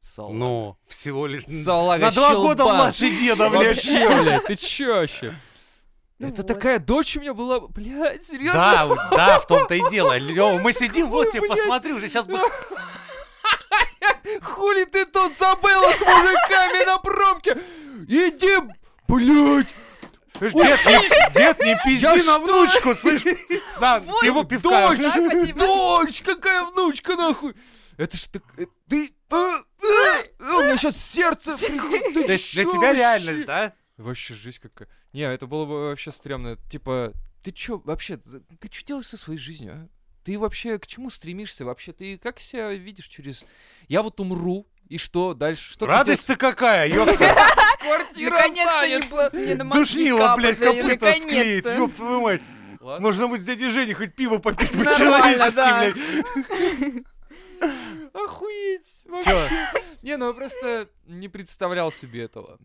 Соловей. Ну, всего лишь... Соловей, На два года щелбан. младше деда, блядь. Вообще, блядь, ты чё вообще? Ну Это вот. такая дочь у меня была, блядь, серьезно? Да, вот, да, в том-то и дело. Лёва, мы сидим, вот тебе блядь. посмотри, уже сейчас будет... Хули ты тут забыла с мужиками на пробке? Иди, блядь! Дед не, дед, не пизди Я на что? внучку, слышь. Да, Вот пиво пивка. Дочь! Да, спасибо. Дочь! Какая внучка, нахуй! Это ж так... э, Ты... э, э, э, У меня сейчас сердце... прихуй- То Ты есть для чё тебя вообще? реальность, да? Вообще жизнь какая. Не, это было бы вообще стрёмно. Типа, ты чё вообще, ты ты чё делаешь со своей жизнью, а? Ты вообще к чему стремишься вообще? Ты как себя видишь через... Я вот умру, и что дальше? Что ты Радость-то какая, ёпта. Квартира Наконец-то не останется. будет мне на мозги Душнило, капать, блядь, да, я копыта наконец-то. склеит, ёб твою мать. делаешь? Ладно. Нужно быть с дядей Женей хоть пиво попить Нормально, да. по-человечески, блядь. Охуеть! вообще. Чё? Не, ну я просто не представлял себе этого.